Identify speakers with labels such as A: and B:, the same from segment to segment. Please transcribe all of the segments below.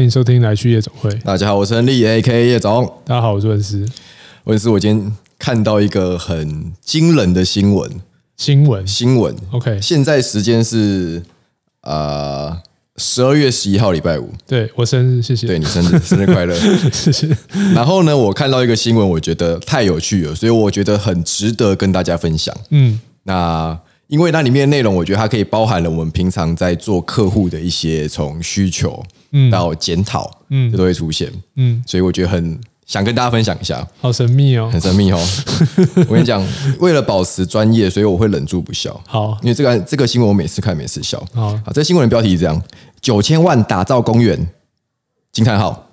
A: 迎收听来去夜总会。
B: 大家好，我是亨利 A.K. 叶总。
A: 大家好，我是文思。
B: 问是我今天看到一个很惊人的新闻，
A: 新闻
B: 新闻。
A: ，OK，
B: 现在时间是呃十二月十一号礼拜五，
A: 对我生日，谢谢，
B: 对你生 日生日快乐。
A: 谢谢。
B: 然后呢，我看到一个新闻，我觉得太有趣了，所以我觉得很值得跟大家分享。
A: 嗯，
B: 那因为那里面的内容，我觉得它可以包含了我们平常在做客户的一些从需求到检讨，嗯，这都会出现，
A: 嗯
B: 嗯，所以我觉得很想跟大家分享一下，
A: 好神秘哦。
B: 很神秘哦。我跟你讲，为了保持专业，所以我会忍住不笑。
A: 好
B: 因为这个这个新闻我每次看每次笑。
A: 好
B: 好，这新闻的标题是这样：九千万打造公园，惊叹号！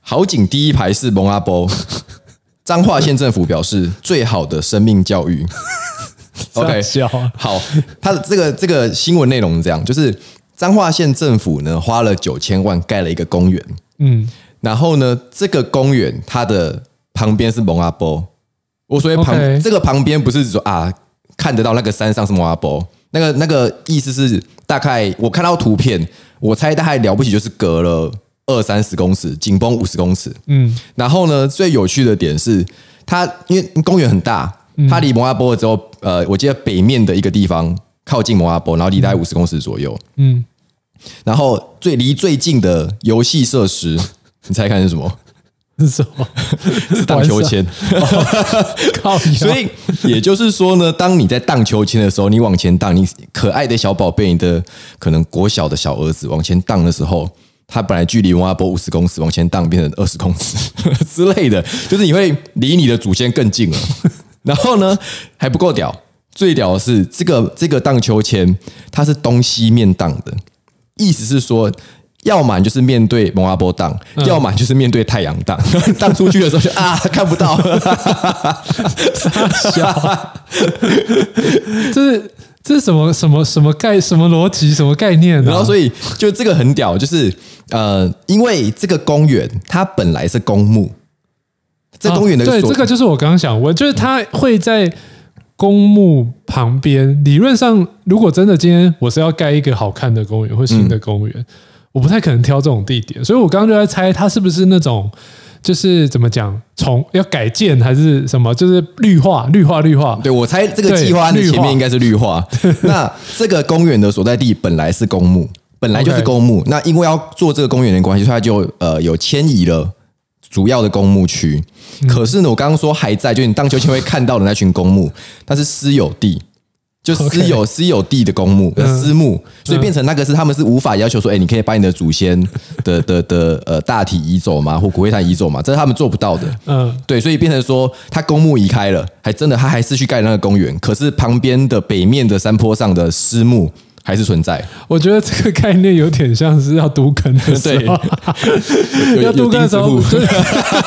B: 好景第一排是蒙阿波。彰化县政府表示，最好的生命教育。OK，
A: 笑啊，
B: 好，他的这个这个新闻内容是这样，就是彰化县政府呢花了九千万盖了一个公园，
A: 嗯，
B: 然后呢，这个公园它的旁边是蒙阿波。我所以旁
A: OK
B: 这个旁边不是说啊看得到那个山上是蒙阿波，那个那个意思是大概我看到图片，我猜大概了不起就是隔了二三十公尺，紧绷五十公尺。
A: 嗯，
B: 然后呢，最有趣的点是它因为公园很大，它离蒙阿波之后，呃，我记得北面的一个地方靠近蒙阿波，然后离大概五十公尺左右。
A: 嗯，
B: 然后最离最近的游戏设施， 你猜看是什么？
A: 是什么？
B: 是荡 秋千。
A: 靠 你啊，
B: 所以也就是说呢，当你在荡秋千的时候，你往前荡，你可爱的小宝贝，你的可能国小的小儿子往前荡的时候，他本来距离王阿波五十公尺，往前荡变成二十公尺之类的，就是你会离你的祖先更近了。 然后呢，还不够屌，最屌的是这个这个荡秋千，它是东西面荡的，意思是说。要么你就是面对蒙阿波荡，要么你就是面对太阳荡。 荡出去的时候就啊看不到，
A: 这是这是什么什么什么概什么逻辑什么概念啊呢？
B: 然后所以就这个很屌，就是呃，因为这个公园它本来是公墓，这公园的
A: 啊对
B: 所
A: 这个就是我刚刚想问，就是它会在公墓旁边。理论上，如果真的今天我是要盖一个好看的公园或新的公园，我不太可能挑这种地点，所以我刚刚就在猜它是不是那种。就是怎么讲，从要改建还是什么？就是绿化，绿化，绿化。
B: 对我猜这个
A: 对
B: 计划案的
A: 绿
B: 前
A: 化
B: 面应该是绿化。 那这个公园的所在地本来是公墓，本来就是
A: OK
B: 公墓。那因为要做这个公园的关系，所以它就呃有迁移了。主要的公墓区，
A: 嗯
B: 可是呢，我刚刚说还在，就是你荡秋千会看到的那群公墓，它是私有地，就私有私有地的公墓、
A: 嗯
B: 呃私墓，所以变成那个是他们是无法要求说，哎、你可以把你的祖先的的的呃大体移走嘛，或骨灰坛移走嘛，这是他们做不到的。
A: 嗯，
B: 对，所以变成说，他公墓移开了，还真的他还是去盖那个公园，可是旁边的北面的山坡上的私墓还是存在。
A: 我觉得这个概念有点像是要读梗的时候，要
B: 有有
A: 读梗的
B: 钉
A: 时
B: 子
A: 候
B: 户，，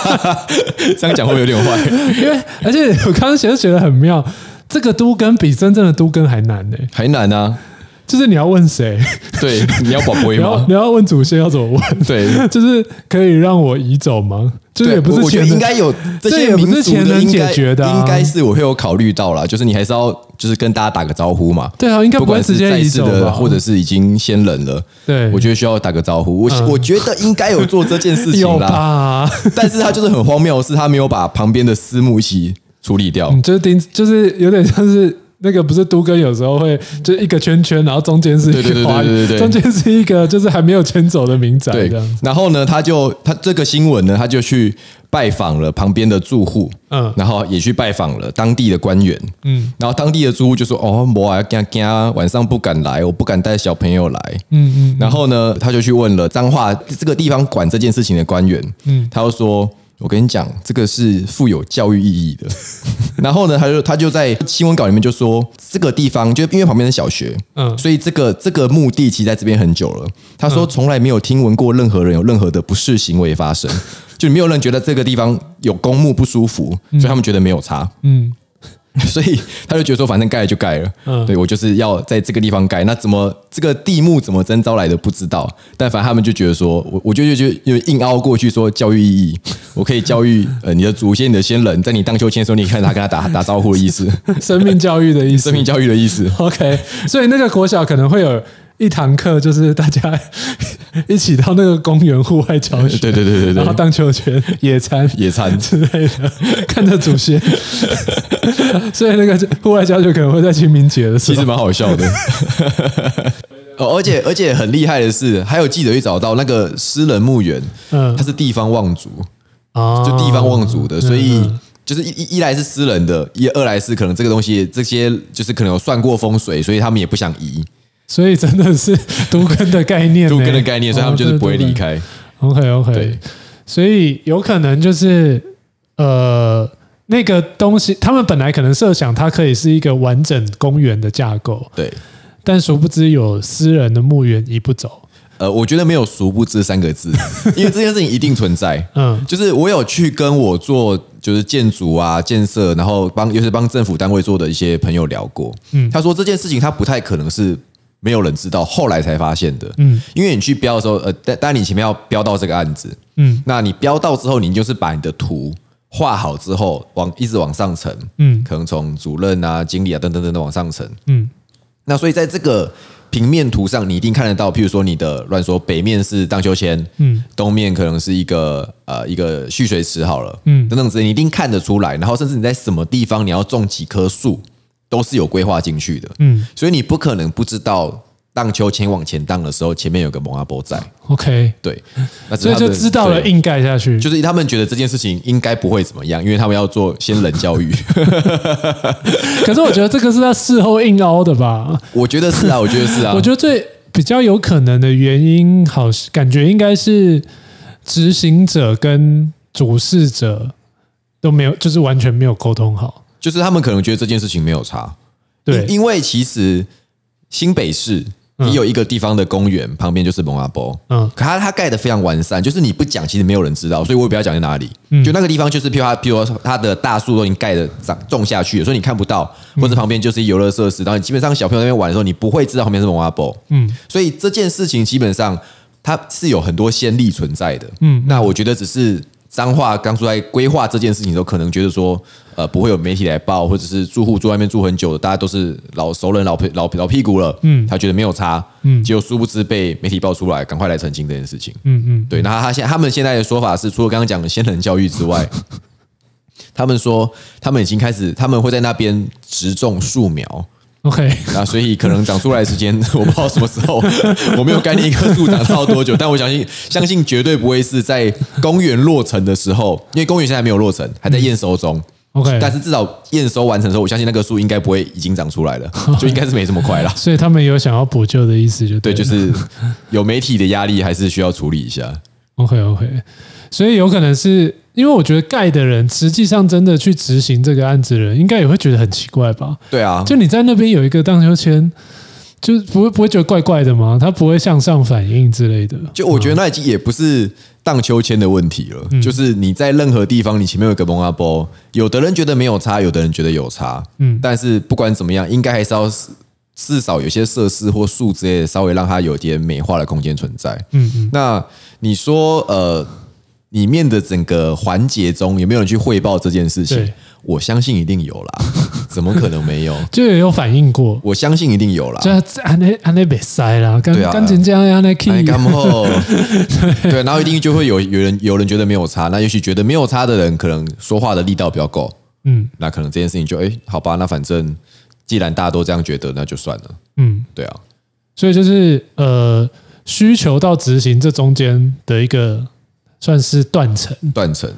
B: 这样讲会不会有点坏，
A: 因为 而且我刚刚觉得觉得很妙，这个都根比真正的都根还难呢、
B: 还难啊。
A: 就是你要问谁，
B: 对，你要保龟
A: 你要
B: 吗？
A: 你要问祖先要怎么问，
B: 对，
A: 就是可以让我移走吗？就是
B: 对，
A: 也不
B: 我
A: 是
B: 我觉得
A: 钱
B: 应
A: 能
B: 该有
A: 这
B: 这些
A: 也不
B: 民
A: 是
B: 族
A: 钱能
B: 的应
A: 解
B: 该
A: 决的啊
B: 应该是我会有考虑到啦，就是你还是要就是跟大家打个招呼嘛。
A: 对啊，应该
B: 不
A: 会
B: 管
A: 直
B: 是
A: 接
B: 在
A: 移
B: 世
A: 走
B: 的，
A: 吧？
B: 或者是已经先人了，
A: 对，嗯
B: 我觉得需要打个招呼。我、我觉得应该有做这件事 情
A: 有
B: 啦。
A: 吧？
B: 但是他就是很荒谬的是，他没有把旁边的私募一起处理掉。
A: 嗯，就是钉，就是有点像是。那个不是都哥有时候会就是一个圈圈，然后中间是一
B: 对对
A: 个
B: 对
A: 花
B: 对对
A: 园，
B: 对对
A: 中间是一个就是还没有迁走的民宅
B: 对
A: 这样子。，
B: 然后呢，他就他这个新闻呢，他就去拜访了旁边的住户，
A: 嗯
B: 然后也去拜访了当地的官员，
A: 嗯
B: 嗯，然后当地的住户就说：“哦，我啊，惊惊，晚上不敢来，我不敢带小朋友来。”
A: 嗯嗯，
B: 然后呢，他就去问了彰化这个地方管这件事情的官员，
A: 嗯
B: 嗯，他就说：“我跟你讲，这个是富有教育意义的。” 然后呢，他就他就在新闻稿里面就说，这个地方就因为旁边是小学，
A: 嗯嗯
B: 嗯，所以这个这个目的其实在这边很久了。他说从来没有听闻过任何人有任何的不适行为发生，就没有人觉得这个地方有公墓不舒服，所以他们觉得没有差。
A: 嗯，
B: 所以他就觉得说，反正盖了就盖了，
A: 嗯
B: 对我就是要在这个地方盖。那怎么这个地目怎么征招来的不知道，但反正他们就觉得说，我我就就就因为硬凹过去说教育意义，我可以教育呃你的祖先、你的先人，在你荡秋千的时候，你看他跟他打打招呼的意思，
A: 生命教育的意思
B: 生。命教育的意思。
A: OK，所以那个国小可能会有一堂课，就是大家 一起到那个公园户外教学，
B: 对对对对对
A: 然后荡秋千、野餐、
B: 野 餐
A: 之类的，看着祖先。 所以那个户外教学可能会在清明节的时
B: 其实
A: 候，
B: 蛮好笑的。 哦，而且而且很厉害的是，还有记者去找到那个私人墓园，
A: 嗯
B: 它是地方望族，
A: 啊
B: 就地方望族的，所以就是一一一来是私人的，一二来是可能这个东西这些就是可能有算过风水，所以他们也不想移，
A: 所以真的是独根的概念哦呢，
B: 都跟的概念，所以他们就是不会离
A: 开。
B: 开。
A: OK
B: 对
A: OK，所以有可能就是呃，那个东西，他们本来可能设想它可以是一个完整公园的架构，
B: 对，
A: 但殊不知有私人的墓园移不走。
B: 呃，我觉得没有“殊不知”三 个字，因为这件事情一定存在。
A: 嗯
B: 就是我有去跟我做就是建筑啊、建设，然后帮尤其是帮政府单位做的一些朋友聊过，
A: 嗯
B: 他说这件事情他不太可能是没有人知道，后来才发现的，
A: 嗯
B: 因为你去标的时候，呃，但但你前面要标到这个案子，
A: 嗯
B: 那你标到之后，你就是把你的图画好之后，往一直往上层，
A: 嗯
B: 可能从主任啊、经理啊等等等等往上层，
A: 嗯
B: 那所以在这个平面图上，你一定看得到，譬如说你的乱说，北面是荡秋千，
A: 嗯
B: 嗯，东面可能是一个呃一个蓄水池好了，
A: 嗯
B: 嗯，等等之类，你一定看得出来。然后甚至你在什么地方你要种几棵树，都是有规划进去的，
A: 嗯
B: 所以你不可能不知道荡秋千往前荡的时候，前面有个蒙阿波在，
A: ，OK，
B: 对，那只
A: 所
B: 是
A: 以
B: 他们
A: 就知道了
B: 对
A: 硬盖下去。
B: 就是他们觉得这件事情应该不会怎么样，因为他们要做先人 教育。
A: 可是我觉得这个是他事后硬凹的吧？
B: 我觉得是啊，我觉得是啊，
A: 我觉得最比较有可能的原因，好像感觉应该是执行者跟主事者都没有，就是完全没有沟通好。
B: 就是他们可能觉得这件事情没有差，
A: 对，
B: 因因为其实新北市也有一个地方的公园，旁边就是蒙阿波。
A: 嗯
B: 可它它盖的非常完善，就是你不讲，其实没有人知道，所以我也不要讲在哪里。
A: 嗯
B: 就那个地方，就是譬如它，譬如说它的大树都已经盖的长种下去了，所以你看不到，
A: 嗯
B: 或者旁边就是游乐设施，然后你基本上小朋友在那边玩的时候，你不会知道旁边是蒙阿波。
A: 嗯
B: 所以这件事情基本上它是有很多先例存在的。
A: 嗯
B: 嗯，那我觉得只是彰化刚出来规划这件事情的时候，可能觉得说，呃，不会有媒体来报，或者是住户住外面住很久的，大家都是老熟人、老屁老老屁股了。
A: 嗯
B: 嗯，他觉得没有差。
A: 嗯
B: 嗯，结果殊不知被媒体爆出来，赶快来澄清这件事情。
A: 嗯嗯，
B: 对，那他现他们现在的说法是，除了刚刚讲的先人教育之 外，他们说他们已经开始，他们会在那边植种树苗。
A: ，OK，
B: 那所以可能长出来的时间， 我不知道什么时候， 我没有概念一棵树长到多久，但我相信，相信绝对不会是在公园落成的时候，因为公园现在还没有落成，还在验收中。
A: OK
B: 但是至少验收完成之后，我相信那棵树应该不会已经长出来了，就应该是没这么快啦。
A: 所以他们有想要补救的意思就
B: 对，
A: 了
B: 就是有媒体的压力，还是需要处理一下。
A: OK OK，所以有可能是因为我觉得盖的人实际上真的去执行这个案子的人，应该也会觉得很奇怪吧？
B: 对啊，
A: 就你在那边有一个荡秋千，就不会不会觉得怪怪的吗？他不会向上反应之类的。
B: 就我觉得那已经也不是荡秋千的问题
A: 嗯
B: 了，就是你在任何地方，你前面有个蒙阿波，有的人觉得没有差，有的人觉得有差，
A: 嗯
B: 嗯，但是不管怎么样，应该还是要至少有些设施或树之类的，稍微让它有点美化的空间存在。
A: 嗯嗯
B: 那你说，呃，里面的整个环节中有没有人去汇报这件事情
A: 对？
B: 我相信一定有啦， 怎么可能没有？
A: 就也有反应过，
B: 我相信一定有啦。
A: 就啊安内安内被塞啦，跟
B: 啊对啊
A: 跟人家安内 key，
B: 哎，干后对，然后一定就会有有人有人觉得没有差，那也许觉得没有差的人，可能说话的力道比较够，
A: 嗯
B: 那可能这件事情就哎、好吧，那反正既然大家都这样觉得，那就算了，
A: 嗯，
B: 对啊，
A: 所以就是呃，需求到执行这中间的一个算是断层，
B: 断层，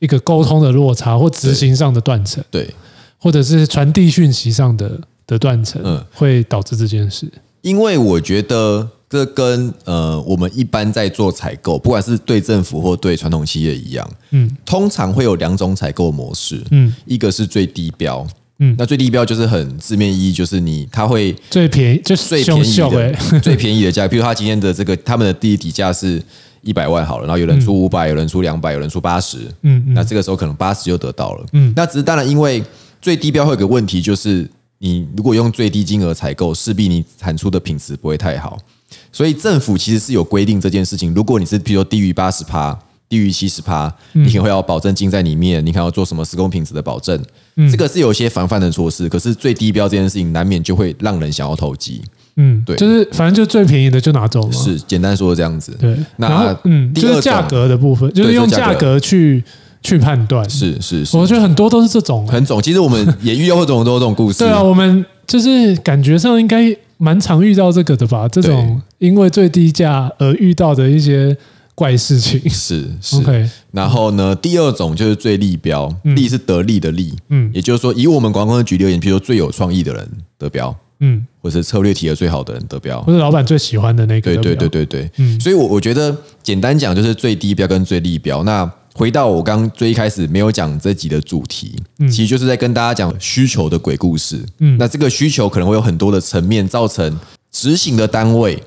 A: 一个沟通的落差，或执行上的断层，
B: 对，
A: 或者是传递讯息上的的断层，
B: 嗯
A: 会导致这件事。
B: 因为我觉得这跟呃我们一般在做采购，不管是对政府或对传统企业一样，
A: 嗯
B: 通常会有两种采购模式，
A: 嗯
B: 一个是最低标，
A: 嗯
B: 那最低标就是很字面意义，就是你它会。
A: 最便宜就
B: 最
A: 是
B: 便
A: 熊
B: 宜
A: 秀哎，
B: 的最便宜的价格，比如他今天的这个他们的第一底价是一百万好了，然后有人出五百、有人出两百，有人出八十，
A: 嗯嗯
B: 那这个时候可能八十就得到了，
A: 嗯
B: 嗯，那只是当然因为最低标会有个问题，就是你如果用最低金额采购，势必你产出的品质不会太好，所以政府其实是有规定这件事情，如果你是比如说低于八十趴。低于七十趴，
A: 嗯
B: 你可能会要保证金在里面，你可能要做什么施工品质的保
A: 嗯
B: 证，这个是有一些防范的措施。可是最低标这件事情，难免就会让人想要投机。
A: 嗯，
B: 对
A: 就是反正就最便宜的就拿走嘛。
B: 是简单说这样子。
A: 对，
B: 那
A: 然后嗯，
B: 第
A: 就
B: 二
A: 是价
B: 种
A: 格的部分，就是
B: 对
A: 用
B: 就是价
A: 价
B: 格
A: 格去去判断。，
B: 是是是，
A: 我觉得很多都是这种、欸。
B: 很总。其实 我们也遇到过这种多这种故事。
A: 对啊，我们就是感觉上应该蛮常遇到这个的吧？这种因为最低价而遇到的一些怪事情。
B: 是是。
A: OK，
B: 然后呢，第二种就是最利标，利是得利的利，
A: 嗯
B: 也就是说，以我们广告的举例而言，比如说最有创意的人得标，
A: 嗯，
B: 或者是策略提的最好的人得标
A: 或。是老板最喜欢的那个
B: 对
A: 的表。
B: 对对对对，
A: 嗯
B: 所以我我觉得简单讲就是最低标跟最利标。那回到我刚最一开始没有讲这集的主题，其实就是在跟大家讲需求的鬼故事。
A: 嗯
B: 那这个需求可能会有很多的层面，造成执行的单位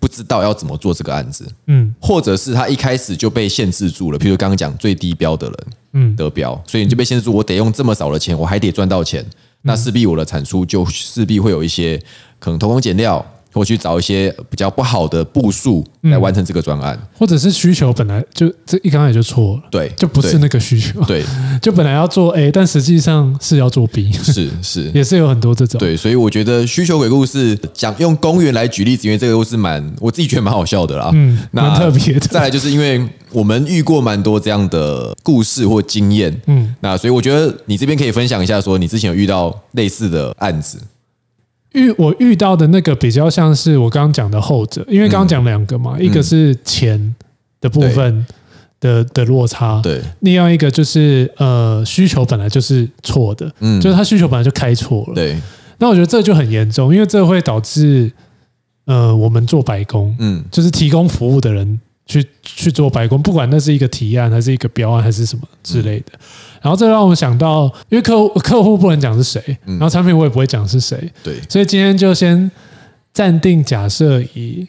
B: 不知道要怎么做这个案子，
A: 嗯
B: 或者是他一开始就被限制住了。譬如刚刚讲最低标的人，
A: 嗯
B: 得标，所以你就被限制住，我得用这么少的钱，我还得赚到
A: 嗯
B: 钱，那势必我的产出就势必会有一些可能偷工减料，或去找一些比较不好的步数来
A: 嗯
B: 完成这个专案。
A: 或者是需求本来就这一刚才就错了，
B: 对
A: 就不是那个需求，
B: 对，
A: 就本来要做 A，但实际上是要做 B，
B: 是是，
A: 也是有很多这种。
B: 对，所以我觉得需求鬼故事讲用公园来举例子，因为这个故事蛮我自己觉得蛮好笑的啦，
A: 嗯
B: 那
A: 蛮特 别的
B: 再来就是因为我们遇过蛮多这样的故事或经验，
A: 嗯
B: 嗯，那所以我觉得你这边可以分享一下，说你之前有遇到类似的案子，
A: 遇我遇到的那个比较像是我刚刚讲的后者，因为刚刚讲两个嘛，
B: 嗯
A: 一个是钱的部分的的落差，
B: 对，
A: 另外一个就是呃需求本来就是错的，
B: 嗯
A: 就是他需求本来就开错了。
B: 对，
A: 那我觉得这就很严重，因为这会导致呃我们做白工，
B: 嗯。
A: 就是提供服务的人去去做白工，不管那是一个提案还是一个标案还是什么之类
B: 嗯
A: 的。然后这让我想到，因为客户客户不能讲是谁，
B: 嗯
A: 然后产品我也不会讲是谁，
B: 对，
A: 所以今天就先暂定假设以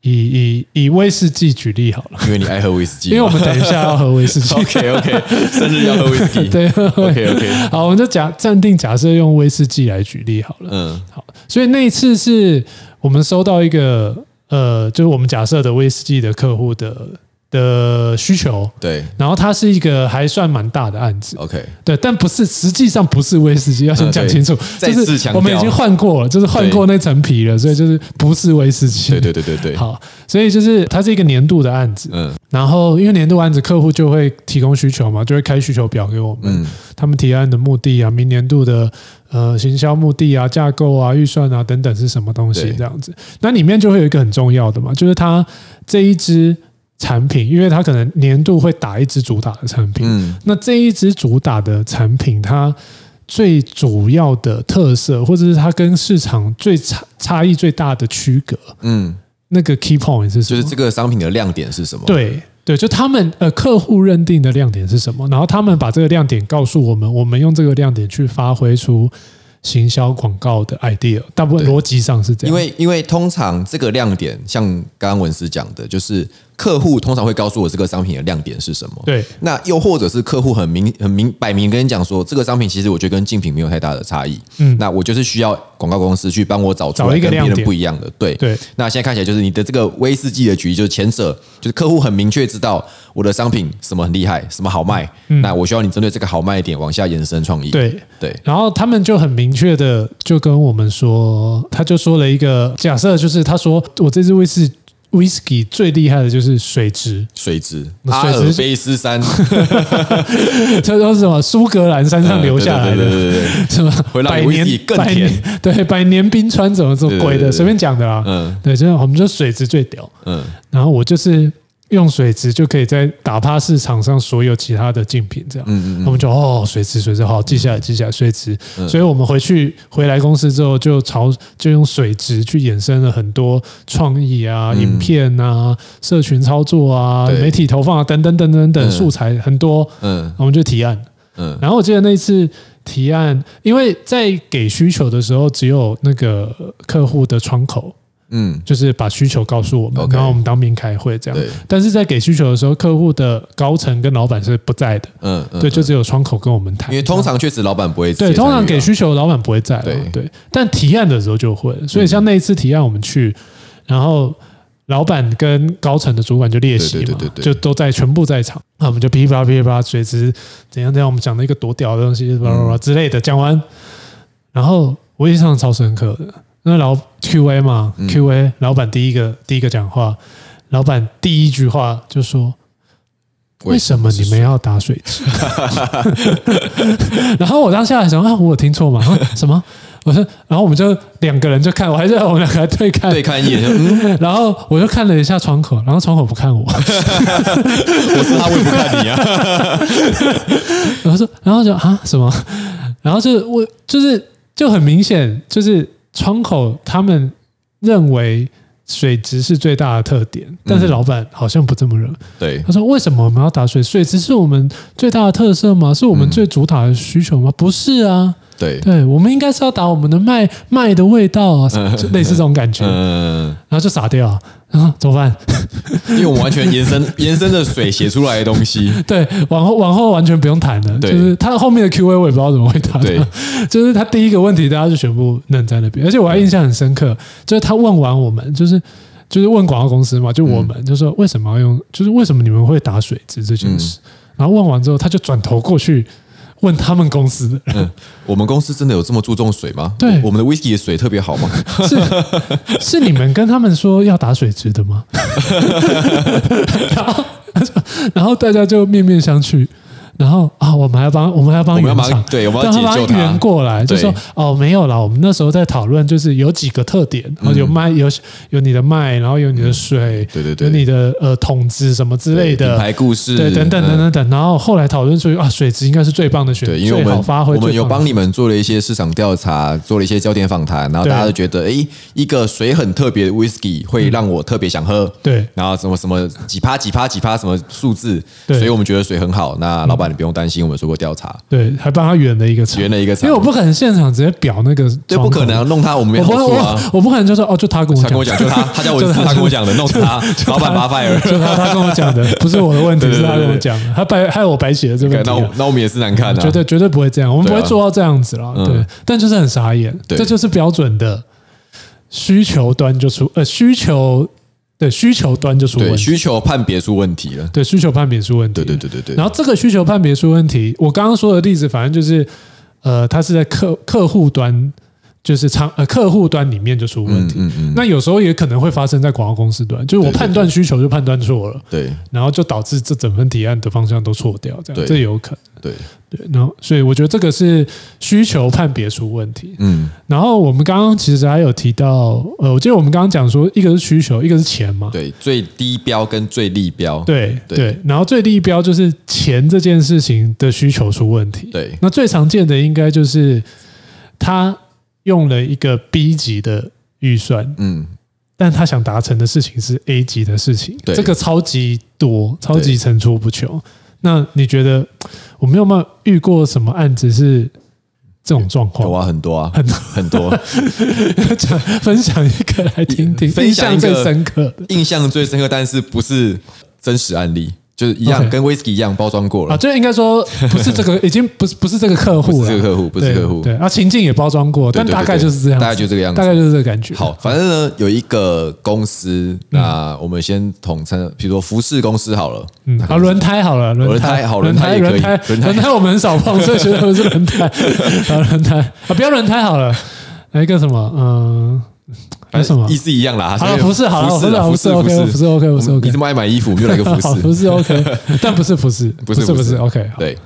A: 以以以威士忌举例好了，
B: 因为你爱喝威士忌 嘛，
A: 因为我们等一下要喝威士忌。
B: OK OK，生日要喝威士忌，
A: 对
B: OK OK，
A: 好，我们就假暂定假设用威士忌来举例好了。
B: 嗯
A: 好，所以那一次是我们收到一个呃，就是我们假设的威士忌的客户的的需求，
B: 对
A: 然后它是一个还算蛮大的案子，
B: OK，
A: 对，但不是实际上不是威士忌，要先
B: 嗯
A: 讲
B: 对
A: 清楚，
B: 再
A: 就
B: 次
A: 是
B: 强
A: 我们已
B: 调
A: 经换过了，就是换
B: 对
A: 过那层皮了，所以就是不是威士忌，
B: 对对对对对，
A: 好，所以就是它是一个年度的案子，
B: 嗯
A: 然后因为年度案子客户就会提供需求嘛，就会开需求表给我们，
B: 嗯
A: 他们提案的目的啊，明年度的呃行销目的啊、架构啊、预算啊等等是什么东西
B: 对
A: 这样子。那里面就会有一个很重要的嘛，就是它这一支产品，因为它可能年度会打一支主打的产品，
B: 嗯
A: 那这一支主打的产品它。最主要的特色，或者是它跟市场最差差异最大的区隔，
B: 嗯，
A: 那个 key point 是什
B: 就
A: 么？
B: 是这个商品的亮点是什么？，
A: 对对，就他们呃客户认定的亮点是什么，然后他们把这个亮点告诉我们，我们用这个亮点去发挥出行销广告的 idea，大部分
B: 对
A: 逻辑上是这
B: 因
A: 样。
B: 为因为通常这个亮点，像刚刚文思讲的，就是客户通常会告诉我这个商品的亮点是什么。
A: 对
B: 那又或者是客户很明很明摆明跟你讲说，这个商品其实我觉得跟竞品没有太大的差异。
A: 嗯
B: 那我就是需要广告公司去帮我找出
A: 找
B: 来
A: 一个
B: 跟别
A: 亮
B: 人
A: 点
B: 不一样的。对
A: 对
B: 那现在看起来就是你的这个威士忌的举例，就是前者就是客户很明确知道我的商品什么很厉害，什么好卖。那我需要你针对这个好卖点往下延伸创意。
A: 嗯对，
B: 对
A: 然后他们就很明确的就跟我们说，他就说了一个假设，就是他说我这支威士 whisky 最厉害的就是水质，
B: 水质
A: 水
B: 阿
A: 质
B: 尔
A: 是
B: 卑斯 山
A: 他说是什么苏格兰山上留下来
B: 嗯对对
A: 的。
B: 对对对
A: 什么
B: 会让
A: 百
B: 你威士
A: 年
B: 忌更
A: 百
B: 甜
A: 年对，百年冰川怎么怎么
B: 对对
A: 鬼
B: 对
A: 的，
B: 对
A: 随便讲的啦。
B: 嗯
A: 对，真的，我们就水质最屌。
B: 嗯，
A: 然后我就是用水质就可以在打趴市场上所有其他的竞品，这样，嗯嗯我们就哦，水质水质好，记下来记下来水质，所以我们回去回来公司之后，就朝就用水质去衍生了很多创意啊、影片啊、社群操作啊、
B: 对
A: 媒体投放啊等等等等等
B: 嗯
A: 素材很多，
B: 嗯
A: 我们就提案。
B: 嗯
A: 然后我记得那一次提案，因为在给需求的时候，只有那个客户的窗口，
B: 嗯，
A: 就是把需求告诉我们，
B: OK
A: 然后我们当面开会这样
B: 对。
A: 但是在给需求的时候，客户的高层跟老板是不在的，
B: 嗯嗯，
A: 对，就只有窗口跟我们谈。
B: 因为通常确实老板不会直接
A: 对，通
B: 参
A: 常
B: 与
A: 给
B: 啊
A: 需求的老板不会在啦，
B: 对
A: 对。但提案的时候就会，所以像那一次提案，我们去，然后老板跟高层的主管就列席嘛，
B: 对对对对对
A: 就都在全部在场，那我们就噼里啪啦噼里啪啦，随之怎样怎样，我们讲
B: 嗯
A: 了一个多屌的东西，巴拉巴拉之类的，讲完，然后我印象超深刻的。那老 Q&A 嘛、q
B: 嗯
A: a 老板第一个第一个讲话，老板第一句话就说：“为什么你们要打水池？” 然后我当下想啊，我有听错吗？啊什么？我说，然后我们就两个人就看，我还是我们两个人对看，
B: 对看一眼？嗯，
A: 然后我就看了一下窗口，然后窗口不看我，
B: 我是他，我也不看你啊。
A: 然后说，然后就啊什么，然后就是我就是就很明显，就是窗口他们认为水质是最大的特
B: 嗯
A: 点，但是老板好像不这么认。
B: 对
A: 他说：“为什么我们要打水？水质是我们最大的特色吗？是我
B: 嗯
A: 们最主打的需求吗？不是啊，
B: 对，
A: 对我们应该是要打我们的麦麦的味道 啊，什么就类似这种感觉。”
B: 嗯，
A: 然后就傻掉，然后 怎么办？
B: 因为我们完全延伸 延伸的水写出来的东西，
A: 对，往后往后完全不用谈了，就
B: 对
A: 是他后面的 Q&A 我也不知道怎么回答
B: 对
A: 他， 就是他第一个问题大家就全部愣在那边，而且我还印象很深刻，就是他问完我们，就是就是问广告公司嘛，就我
B: 嗯
A: 们、就说为什么要用，就是为什么你们会打水质这件
B: 嗯
A: 事，然后问完之后他就转头过去问他们公司的人，
B: 嗯，我们公司真的有这么注重水吗？
A: 对
B: 我们的 whisky 的水特别好 吗？
A: 是是你们跟他们说要打水质的吗？ 然后然后大家就面面相觑，然后啊，我们还要帮我们还要帮
B: 我们要
A: 原
B: 把它
A: 厂，
B: 对，我们要
A: 让
B: 解
A: 他把
B: 救
A: 它
B: 它
A: 圆。过来，就
B: 对
A: 说哦没有啦，我们那时候在讨论就是有几个特点，然后有麦有有你的麦，然后有你的水，
B: 嗯对对对
A: 有你的呃桶子什么之类
B: 品
A: 的。
B: 牌故事，
A: 对，等等等
B: 嗯
A: 等等，然后后来讨论出啊，水质应该是最棒的选，
B: 对，因为我
A: 最好
B: 们
A: 发挥，
B: 我们有帮
A: 你
B: 你们做了一些市场调查，做了一些焦点访谈，然后
A: 对
B: 大家都觉得，诶，一个水很特别的 whisky 会让我特别想喝。
A: 对
B: 然后什么什么几趴几趴几趴什么数字，
A: 对嗯
B: 所以我们觉得水很好。那老板你不用担心，我们做过调查，
A: 对，还帮他圆了一个场，
B: 圆了一个场
A: 因为我不可能现场直接表那个，
B: 对，不可能啊，弄他，我们没
A: 我
B: 好
A: 不
B: 处啊。
A: 我我不可能就说哦，就他跟我
B: 他
A: 讲，
B: 跟我讲，就他，他叫我
A: 就
B: 他跟我讲的，弄死他，老板把他 fire。
A: 就他他跟我讲的，不是我的问题，
B: 对对
A: 是
B: 对
A: 他跟我讲的，他白害我白写了这
B: OK，
A: 本题
B: 那我
A: 啊。
B: 那我们也是难看的、
A: 绝对绝对不会这样，我们不
B: 对啊
A: 会做到这样子啦。
B: 嗯
A: 对，但就是很傻眼，
B: 对
A: 这就是标准的需求端就出呃需求对需求端就出问
B: 对
A: 题，
B: 需求判别出问题了。
A: 对需求判别出问题。
B: 对对对对对，
A: 然后这个需求判别出问题，我刚刚说的例子，反正就是呃，它是在客客户端，就是仓呃客户端里面就出问题。
B: 嗯嗯嗯
A: 那有时候也可能会发生在广告公司端，就是我
B: 对对
A: 判断需求就判断错了，
B: 对
A: 然后就导致这整份提案的方向都错掉，这样
B: 对
A: 这也有可能。
B: 对，
A: 对，然后所以我觉得这个是需求判别出问题。
B: 嗯，
A: 然后我们刚刚其实还有提到，呃，我记得我们刚刚讲说，一个是需求，一个是钱嘛。
B: 对，最低标跟最利标，
A: 对
B: 对
A: 对，然后最低标就是钱这件事情的需求出问题。
B: 对
A: 那最常见的应该就是他用了一个 B 级的预算，
B: 嗯，
A: 但他想达成的事情是 A 级的事情，
B: 对
A: 这个超级多，超级层出不穷。那你觉得我们有没有遇过什么案子是这种状
B: 有
A: 况？
B: 啊，很多啊，很 很多。
A: 讲 分享一个来听听，
B: 分享一
A: 印
B: 个
A: 象最深刻的
B: 印象最深刻，但是不是真实案例，就是一样
A: OK
B: 跟 whisky 一样包装过
A: 啊，
B: 了，
A: 就应该说不是这个，已经不是不是这个客户
B: 不
A: 了，
B: 是这个客户，不是
A: 对
B: 客户。
A: 对啊，情境也包装过，
B: 对
A: 但
B: 对
A: 大
B: 对
A: 概
B: 对
A: 就是这样子，
B: 大概就这个样子
A: 大概就是这个感觉。
B: 好，哦反正呢，有一个公司，那我们先统称，比如说服饰公司好了，
A: 嗯，好，轮胎好了，轮
B: 轮胎好
A: 轮胎，
B: 轮胎
A: 轮
B: 也可以
A: 胎，
B: 轮胎
A: 轮胎，我们很少碰，所以觉得不是轮 胎。好，轮胎啊，不要轮胎好了，来一个什么？嗯，来什么
B: 意？哎思一样啦。
A: 好了，
B: 所以
A: 服饰好了，
B: 服饰啦
A: 服
B: 服
A: 饰
B: 饰
A: OK，服饰 OK，服饰
B: 我们
A: OK，
B: 你这么爱买衣服，我们就 来个服
A: 好
B: 饰。
A: 服饰 OK，但 不是服饰，
B: 不是
A: 不
B: 服
A: 是
B: 饰
A: OK，好
B: 对。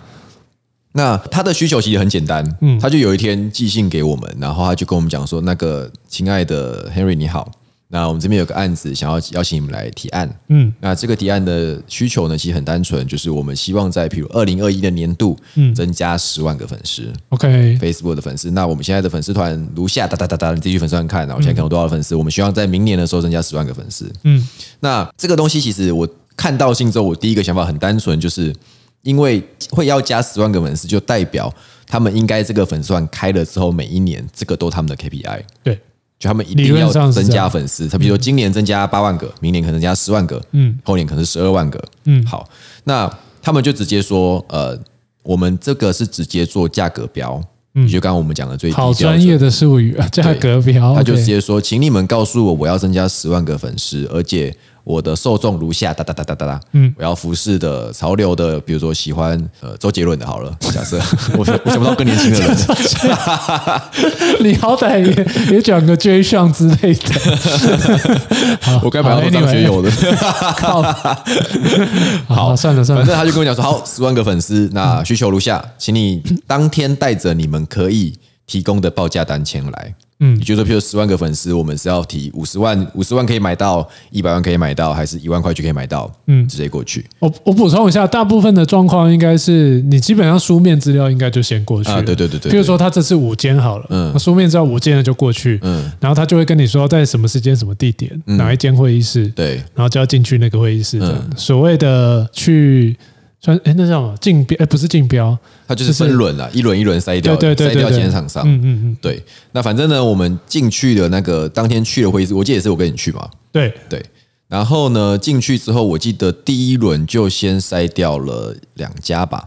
B: 那他的需求其实很简单，
A: 嗯
B: 他就有一天寄信给我们，然后他就跟我们讲说：“那个亲爱的 Henry 你好，那我们这边有个案子，想要邀请你们来提案。
A: 嗯
B: 那这个提案的需求呢，其实很单纯，就是我们希望在譬如二零二一的年度，
A: 嗯
B: 增加十万个粉丝、
A: ，OK，
B: f a c e b o o k 的粉丝。那我们现在的粉丝团如下，哒哒哒哒，你自己去粉丝团看。啊然后我现在看有多少粉丝，我们希望在明年的时候增加十万个粉丝。
A: 嗯
B: 那这个东西其实我看到信之后，我第一个想法很单纯，就是因为会要加十万个粉丝，就代表他们应该这个粉丝团开了之后，每一年这个都他们的 KPI，
A: 对，
B: 就他们一
A: 理
B: 定
A: 论
B: 要
A: 上是
B: 增
A: 这样
B: 加粉丝。他比如说今年增加八万个，明年可能增加十万个，
A: 嗯
B: 后年可能是十二万个。
A: 嗯
B: 好，那他们就直接说，呃，我们这个是直接做价格标，嗯，就刚刚我们讲的最低
A: 好
B: 标准
A: 专业的术语啊，价格表，
B: 他就直
A: OK
B: 接说，请你们告诉我，我要增加十万个粉丝，而且我的受众如下，哒哒哒哒哒哒，
A: 嗯
B: 嗯，我要服饰的潮流的，比如说喜欢呃周杰伦的，好了，假设我想我想不到更年轻的 人，
A: 你好歹也也讲个 J 项之类 的，
B: 我该买到
A: 好
B: 多张学友的。
A: 靠！好，算了算
B: 反
A: 了，
B: 正他就跟我讲说，好，十万个粉丝，那需求如下，请你当天带着你们可以提供的报价单前来。
A: 嗯
B: 也就是说，譬如十万个粉丝，我们是要提五十万，五十万可以买到，一百万可以买到，还是一万块就可以买到？
A: 嗯
B: 嗯，直接过去。
A: 我我补充一下，大部分的状况应该是你基本上书面资料应该就先过去了、
B: 啊对对对对
A: 比如说他这次五间好了，
B: 嗯
A: 嗯，书面资料五间了就过去，嗯
B: 嗯，
A: 然后他就会跟你说在什么时间、什么地点、哪一间会议室，
B: 对，嗯
A: 然后就要进去那个会议室。这样所谓的去算，哎，那叫什么竞标？哎，不是竞标，
B: 它就是分轮啦，一轮一轮筛掉，
A: 对对对
B: 筛
A: 对
B: 掉
A: 对，
B: 前厂商。
A: 嗯嗯嗯，
B: 对，那反正呢，我们进去的那个当天去的会议室，我记得也是我跟你去嘛。
A: 对，
B: 对，然后呢，进去之后，我记得第一轮就先筛掉了两家吧，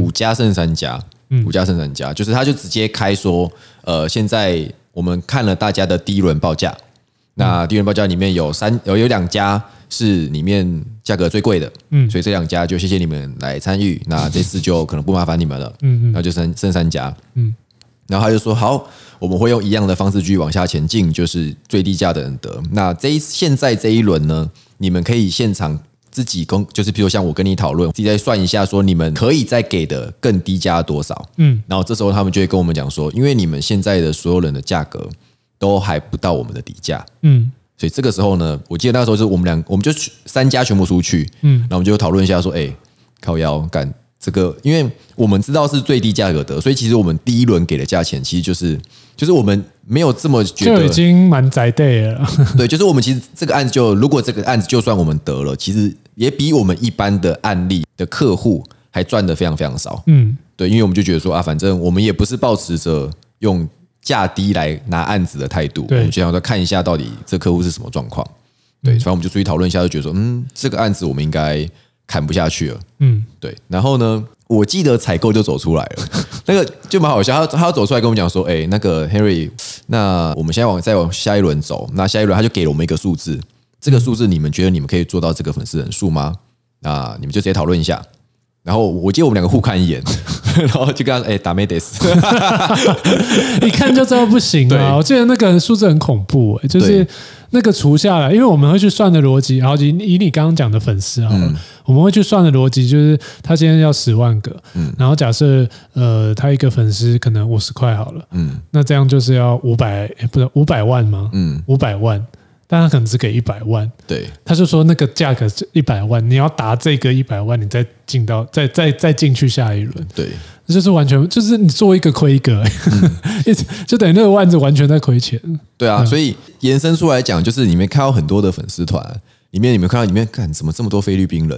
B: 五家剩三家，五家剩三家，就是他就直接开说，呃，现在我们看了大家的第一轮报价，那第一轮报价里面有三有有两家是里面价格最贵的，
A: 嗯
B: 嗯，所以这两家就谢谢你们来参与，那这次就可能不麻烦你们了，
A: 嗯
B: 嗯嗯，那就剩剩三家，
A: 嗯
B: 嗯。然后他就说：“好，我们会用一样的方式继续往下前进，就是最低价的人得。那这一现在这一轮呢，你们可以现场自己公，就是譬如像我跟你讨论，自己再算一下，说你们可以再给的更低价多少。
A: 嗯
B: 然后这时候他们就会跟我们讲说，因为你们现在的所有人的价格都还不到我们的底价，
A: 嗯
B: 所以这个时候呢，我记得那时候是我们两，我们就去三家全部出去，
A: 嗯
B: 嗯，然后我们就讨论一下说，哎、靠腰干这个，因为我们知道是最低价格的，所以其实我们第一轮给的价钱其实就是就是我们没有这么觉
A: 就已
B: 得，
A: 经蛮宅 day 了，
B: 对，就是我们其实这个案子就如果这个案子就算我们得了，其实也比我们一般的案例的客户还赚的非常非常少，
A: 嗯
B: 对，因为我们就觉得说啊，反正我们也不是抱持着用价低来拿案子的态度，我
A: 对
B: 们就想说看一下到底这客户是什么状况。对，反正我们就出去讨论一下，就觉得说，嗯，这个案子我们应该砍不下去了。
A: 嗯
B: 对，然后呢，我记得采购就走出来了，那个就蛮好笑，他他走出来跟我们讲说，哎、那个 Henry，那我们现在往再往下一轮走，那下一轮他就给了我们一个数字，这个数字你们觉得你们可以做到这个粉丝人数吗？那你们就直接讨论一下。然后我记得我们两个互看一眼， 然后就跟他说：“哎、打没得死。
A: 一看就知道不行
B: 对
A: 啊！我记得那个数字很恐怖、欸，就是
B: 对
A: 那个除下来，因为我们会去算的逻辑，然后以以你刚刚讲的粉丝好
B: 嗯
A: 了，我们会去算的逻辑就是他今天要十万个，
B: 嗯
A: 然后假设呃他一个粉丝可能五十块好了，
B: 嗯
A: 那这样就是要五百、欸，不是五百万吗？
B: 嗯，
A: 五百万，但他可能只给一百万，
B: 对
A: 他就说那个价格是一百万，你要达这个一百万，你再进到再再再进去下一轮。
B: 对
A: 这就是完全就是你做一个亏一个、
B: 嗯
A: 一直就等于那个万子完全在亏钱。
B: 对
A: 嗯
B: 啊！所以延伸出来讲，就是你们看到很多的粉丝团里面，你们看到里面，看怎么这么多菲律 宾人，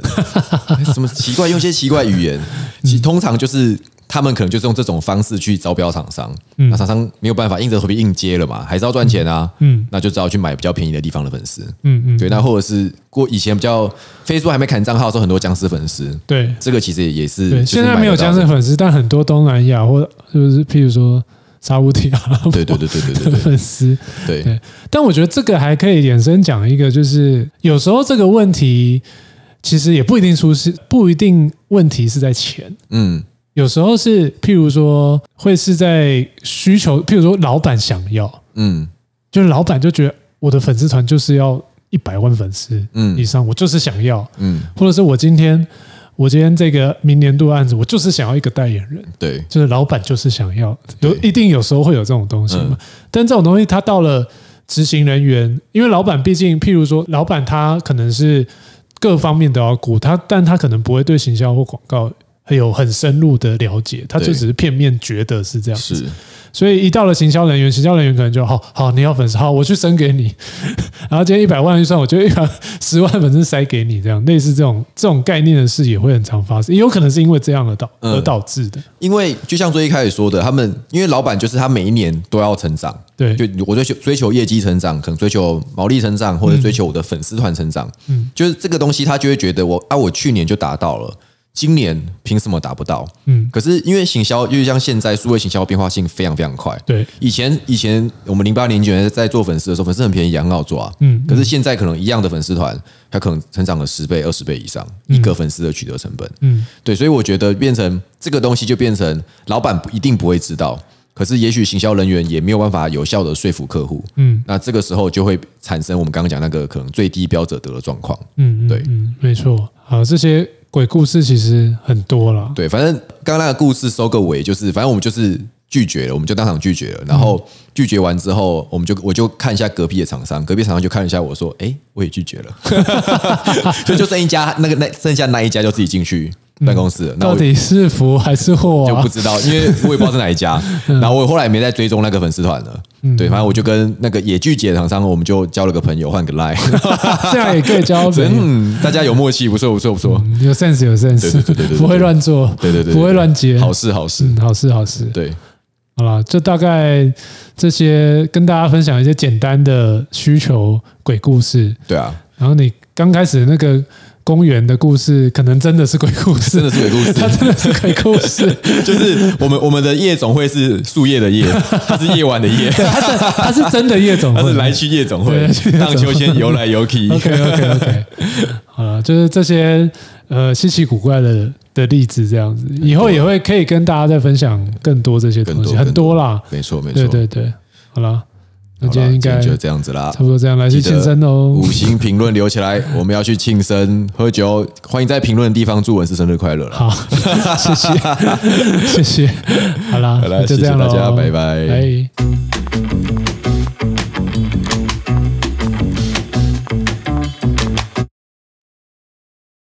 B: 哎什么奇怪，用一些奇怪语言，
A: 嗯
B: 其实通常就是。他们可能就是用这种方式去招标厂商，那厂商没有办法硬着头皮硬接了嘛，还是要赚钱啊，
A: 嗯
B: 嗯，那就只好去买比较便宜的地方的粉丝，
A: 嗯嗯，
B: 对，那或者是过以前比较 Facebook 还没砍账号的时候，很多僵尸粉丝，
A: 对
B: 这个其实也是
A: 对，
B: 就是
A: 现在没有
B: 买得到
A: 僵
B: 的
A: 尸粉丝，但很多东南亚或就是譬如说沙乌地阿拉伯
B: 对对对对对对
A: 的 粉丝。
B: 对对
A: 对，但我觉得这个还可以衍生讲一个，就是有时候这个问题其实也不一定出是不一定问题是在钱，
B: 嗯
A: 有时候是譬如说会是在需求，譬如说老板想要，
B: 嗯
A: 就是老板就觉得我的粉丝团就是要一百万粉丝
B: 嗯
A: 以上，我就是想要，
B: 嗯，
A: 或者是我今天我今天这个明年度案子，我就是想要一个代言人，
B: 嗯对，
A: 就是老板就是想要，有一定有时候会有这种东西嘛。
B: 嗯
A: 但这种东西它到了执行人员，因为老板毕竟，譬如说老板他可能是各方面都要顾他，但他可能不会对行销或广告。有很深入的了解，他就
B: 对
A: 只是片面觉得是这样子，
B: 是，
A: 所以一到了行销人员，行销人员可能就好好，你要粉丝好，我去升给你， 然后今天一百万预算，我就一百 十万粉丝塞给你，这样类似这种这种概念的事也会很常发生，也有可能是因为这样而导、
B: 嗯
A: 而导致的，
B: 因为就像最一开始说的，他们因为老板就是他每一年都要成长，
A: 对
B: 就我追求追求业绩成长，可能追求毛利成长，
A: 嗯
B: 或者追求我的粉丝团成长，嗯，就是这个东西他就会觉得我啊，我去年就达到了，今年凭什么达不到？
A: 嗯
B: 可是因为行销，又像现在数位行销变化性非常非常快。
A: 对
B: 以前以前我们零八零九年在做粉丝的时候，粉丝很便宜啊，很好做啊。
A: 嗯
B: 可是现在可能一样的粉丝团，它可能成长了十倍、二十倍以上，一个粉丝的取得成本。
A: 嗯，
B: 对，所以我觉得变成这个东西就变成老板不一定不会知道，可是也许行销人员也没有办法有效的说服客户。
A: 嗯，
B: 那这个时候就会产生我们刚刚讲那个可能最低标准的状况。
A: 嗯，嗯
B: 对
A: 嗯，没错。好，这些鬼故事其实很多了。
B: 对，反正刚刚那个故事收个尾，就是反正我们就是拒绝了，我们就当场拒绝了。然后拒绝完之后，我们就我就看一下隔壁的厂商，隔壁厂商就看了一下我说，哎，我也拒绝了， 所以就剩一家那个那剩下那一家就自己进去办公室了。
A: 嗯
B: 那
A: 到
B: 我
A: 底是福还是祸
B: 就
A: 啊
B: 不？知道，因为我也不知道是哪一家。
A: 嗯
B: 然后我后来也没再追踪那个粉丝团了。对，反正我就跟那个野拒姐厂商，我们就交了个朋友，换个
A: 嗯
B: line。
A: 这样也可以交 朋友。
B: 嗯，大家有默契，不错不错不错。
A: 嗯有 sense 有 sense，
B: 对对对对对 对
A: 不会乱做，
B: 对对对对
A: 不会乱接，
B: 好事好事。
A: 嗯，好事好事。
B: 对，
A: 好啦，就大概这些跟大家分享一些简单的需求鬼故事。
B: 对啊，
A: 然后你刚开始那个公园的故事，可能真的是鬼故事，
B: 真的是鬼故 事
A: 它真的是鬼故事。
B: 就是我们我们的夜总会是树叶的叶，它是夜晚 的夜，
A: 它是它是真的夜总
B: 它
A: 会，
B: 是来去夜总会
A: 对来去，夜总会
B: 荡秋千游来游去。
A: OK OK OK，好 了，就是这些呃稀奇古怪的的例子，这样子，以后也会可以跟大家再分享更多这些东
B: 更
A: 西，
B: 多
A: 很多啦。
B: 没错没错，
A: 对对对，好了，那
B: 好啦，
A: 今天应该
B: 就
A: 差
B: 这样子啦。
A: 不多这样，来去庆生哦
B: 五。星评论留起来，我们要去庆生喝酒，欢迎在评论的地方祝文是生日快乐啦。
A: 好，谢谢谢谢，好啦，
B: 好啦
A: 那就这样
B: 谢谢大
A: 咯
B: 家拜拜
A: 拜。